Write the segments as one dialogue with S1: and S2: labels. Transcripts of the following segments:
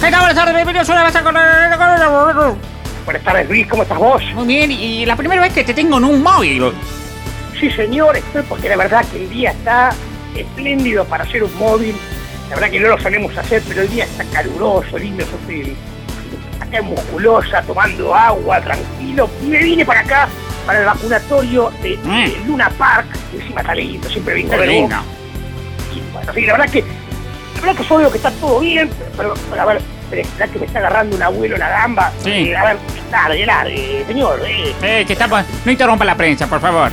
S1: ¿Qué tal? Buenas tardes, bienvenidos una vez a con...
S2: Buenas tardes, Luis, ¿cómo estás vos?
S1: Muy bien, y la primera vez que te tengo en un móvil.
S2: Sí, señor, estoy porque la verdad que el día está espléndido para hacer un móvil. La verdad que no lo solemos hacer, pero el día está caluroso, lindo, yo estoy acá en musculosa, tomando agua, tranquilo. Y me vine para acá, para el vacunatorio de,
S1: Mm.
S2: de Luna Park. Encima está lindo, siempre vengo
S1: Qué
S2: de
S1: lindo.
S2: Y, bueno, sí, la verdad que, la verdad que yo veo que está todo bien, pero, pero, a ver, pero la verdad que me está agarrando un abuelo la gamba.
S1: Sí.
S2: Eh, a ver, largue, largue, señor. eh.
S1: Eh, que estamos... No interrumpa la prensa, por favor.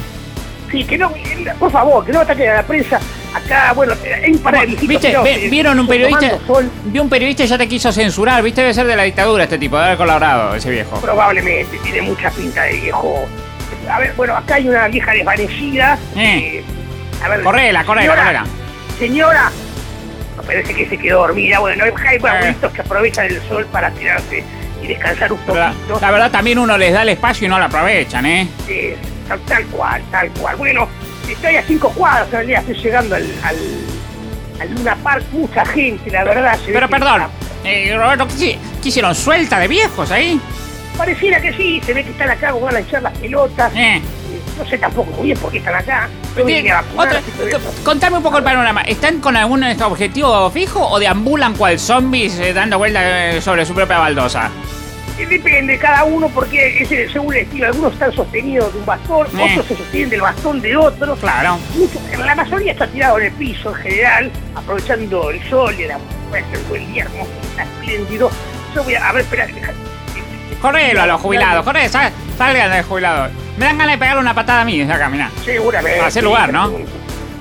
S2: Sí, que no, eh, por favor, que no ataquen a la prensa. Acá, bueno, eh, hay un par de viejitos
S1: ¿Viste?
S2: que no,
S1: Ve-
S2: eh,
S1: ¿Vieron un
S2: están
S1: periodista?
S2: tomando sol,
S1: Vi un periodista y ya te quiso censurar, ¿viste? Debe ser de la dictadura este tipo, debe haber colaborado ese viejo.
S2: probablemente, tiene mucha pinta de viejo. A ver, bueno, acá hay una vieja desvanecida.
S1: Eh.
S2: eh, a ver,
S1: Correla, correla,
S2: señora,
S1: correla.
S2: Señora, no, parece que se quedó dormida. Bueno,
S1: Eh.
S2: hay abuelitos que aprovechan el sol para tirarse y descansar un
S1: Pero La,
S2: poquito.
S1: la verdad también uno les da el espacio y no lo aprovechan, ¿eh?
S2: Eh, tal, tal cual, tal cual. Bueno, estoy a cinco cuadras, en realidad estoy llegando al, al, al Luna Park, mucha gente, la verdad. se ve
S1: Pero
S2: que
S1: perdón,
S2: está-
S1: eh, Roberto, ¿qué, hici- qué hicieron? ¿Suelta de viejos ahí?
S2: pareciera que sí, se ve que están acá, van a echar las pelotas.
S1: Eh.
S2: Eh, No sé tampoco muy bien por qué están acá. Yo
S1: Bien,
S2: vine a vacunar,
S1: otra-
S2: así que
S1: co- contame un poco el panorama. ¿Están con algún objetivo fijo o deambulan cual zombies eh, dando vueltas eh, sobre su propia baldosa?
S2: Eh, Depende cada uno porque es el- según el estilo, algunos están sostenidos de un bastón,
S1: Eh.
S2: otros se sostienen del bastón de otros.
S1: Claro.
S2: Mucho- la mayoría está tirado en el piso en general, aprovechando el sol y la bueno, el buen día hermoso, está espléndido. Yo voy a, a ver, espera, deja- eh,
S1: Correlo a los jubilados, corre, sal- salgan de los jubilados. Me dan ganas de pegarle una patada a mí, ya caminar.
S2: seguramente.
S1: Hacer lugar, ¿no?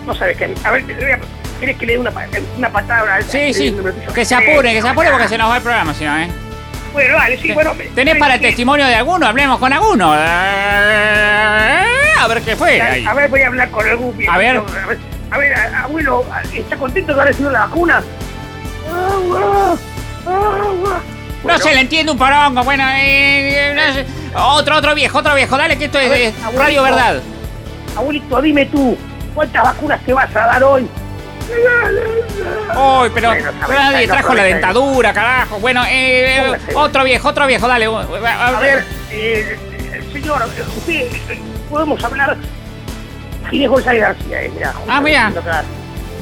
S2: No sabes qué. A ver, le voy a- ¿querés que le dé una, pa- una patada? a una-
S1: Sí, sí.
S2: eh, número-
S1: Que se apure, que se apure porque se nos va el programa, si no, ¿eh?
S2: Ah, Bueno, dale, sí, bueno. me-
S1: ¿Tenés
S2: me-
S1: para el
S2: sí,
S1: testimonio de alguno? Hablemos con alguno. Eh, A ver qué fue. ahí.
S2: dale, A ver, voy a hablar con algún viejo.
S1: A ver.
S2: A ver, a ver, a- abuelo, ¿está contento de haber recibido la vacuna? Ah, Agua, agua.
S1: No
S2: ah. Bueno,
S1: se le entiende un porongo. Bueno, eh, eh, no sé. otro, otro viejo, otro viejo. Dale, que esto es
S2: ver,
S1: eh,
S2: abuelito.
S1: Radio Verdad.
S2: Abuelito, dime tú, ¿cuántas vacunas te vas a dar hoy?
S1: Uy, pero,
S2: Bueno, está
S1: pero
S2: bien,
S1: nadie
S2: está
S1: trajo la
S2: bien, está bien.
S1: dentadura, carajo. Bueno, eh, eh,
S2: Póngase.
S1: otro viejo, otro viejo, dale. uh, uh,
S2: A ver, eh, señor, usted, eh, podemos hablar. Ginés González García, eh, mirá.
S1: Ah, mirá.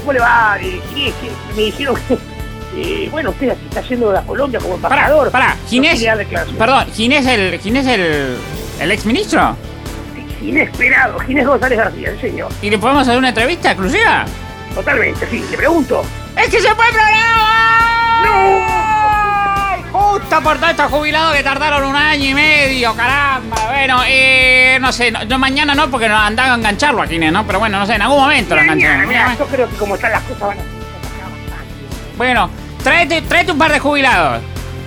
S2: ¿Cómo le va, eh, Ginés? Que Me dijeron que, eh, bueno, usted aquí está yendo a Colombia como
S1: Pará,
S2: embajador.
S1: pará,
S2: No
S1: Ginés.
S2: quiere dar declaración.
S1: Perdón, Ginés el. Ginés el. el exministro.
S2: Inesperado, Ginés González García, el señor.
S1: ¿Y le podemos hacer una entrevista exclusiva?
S2: Totalmente, sí, le pregunto.
S1: ¡Es que se fue el programa! ¡No! Justo por todos estos jubilados que tardaron un año y medio, caramba. Bueno, eh, no sé, no, yo mañana no, porque nos andaba a engancharlo a Ginés, ¿no? Pero bueno, no sé, en algún momento lo
S2: Mirá,
S1: enganchamos.
S2: mirá, yo creo que como están las cosas van a ser bastante.
S1: Bueno, tráete, tráete un par de jubilados.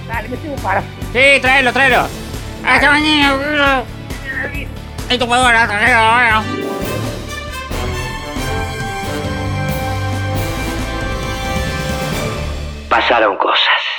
S2: Dale, me tengo para.
S1: Sí, tráelo, tráelo. Hasta mañana. Ay, tu jugador, hasta mañana.
S3: Pasaron cosas.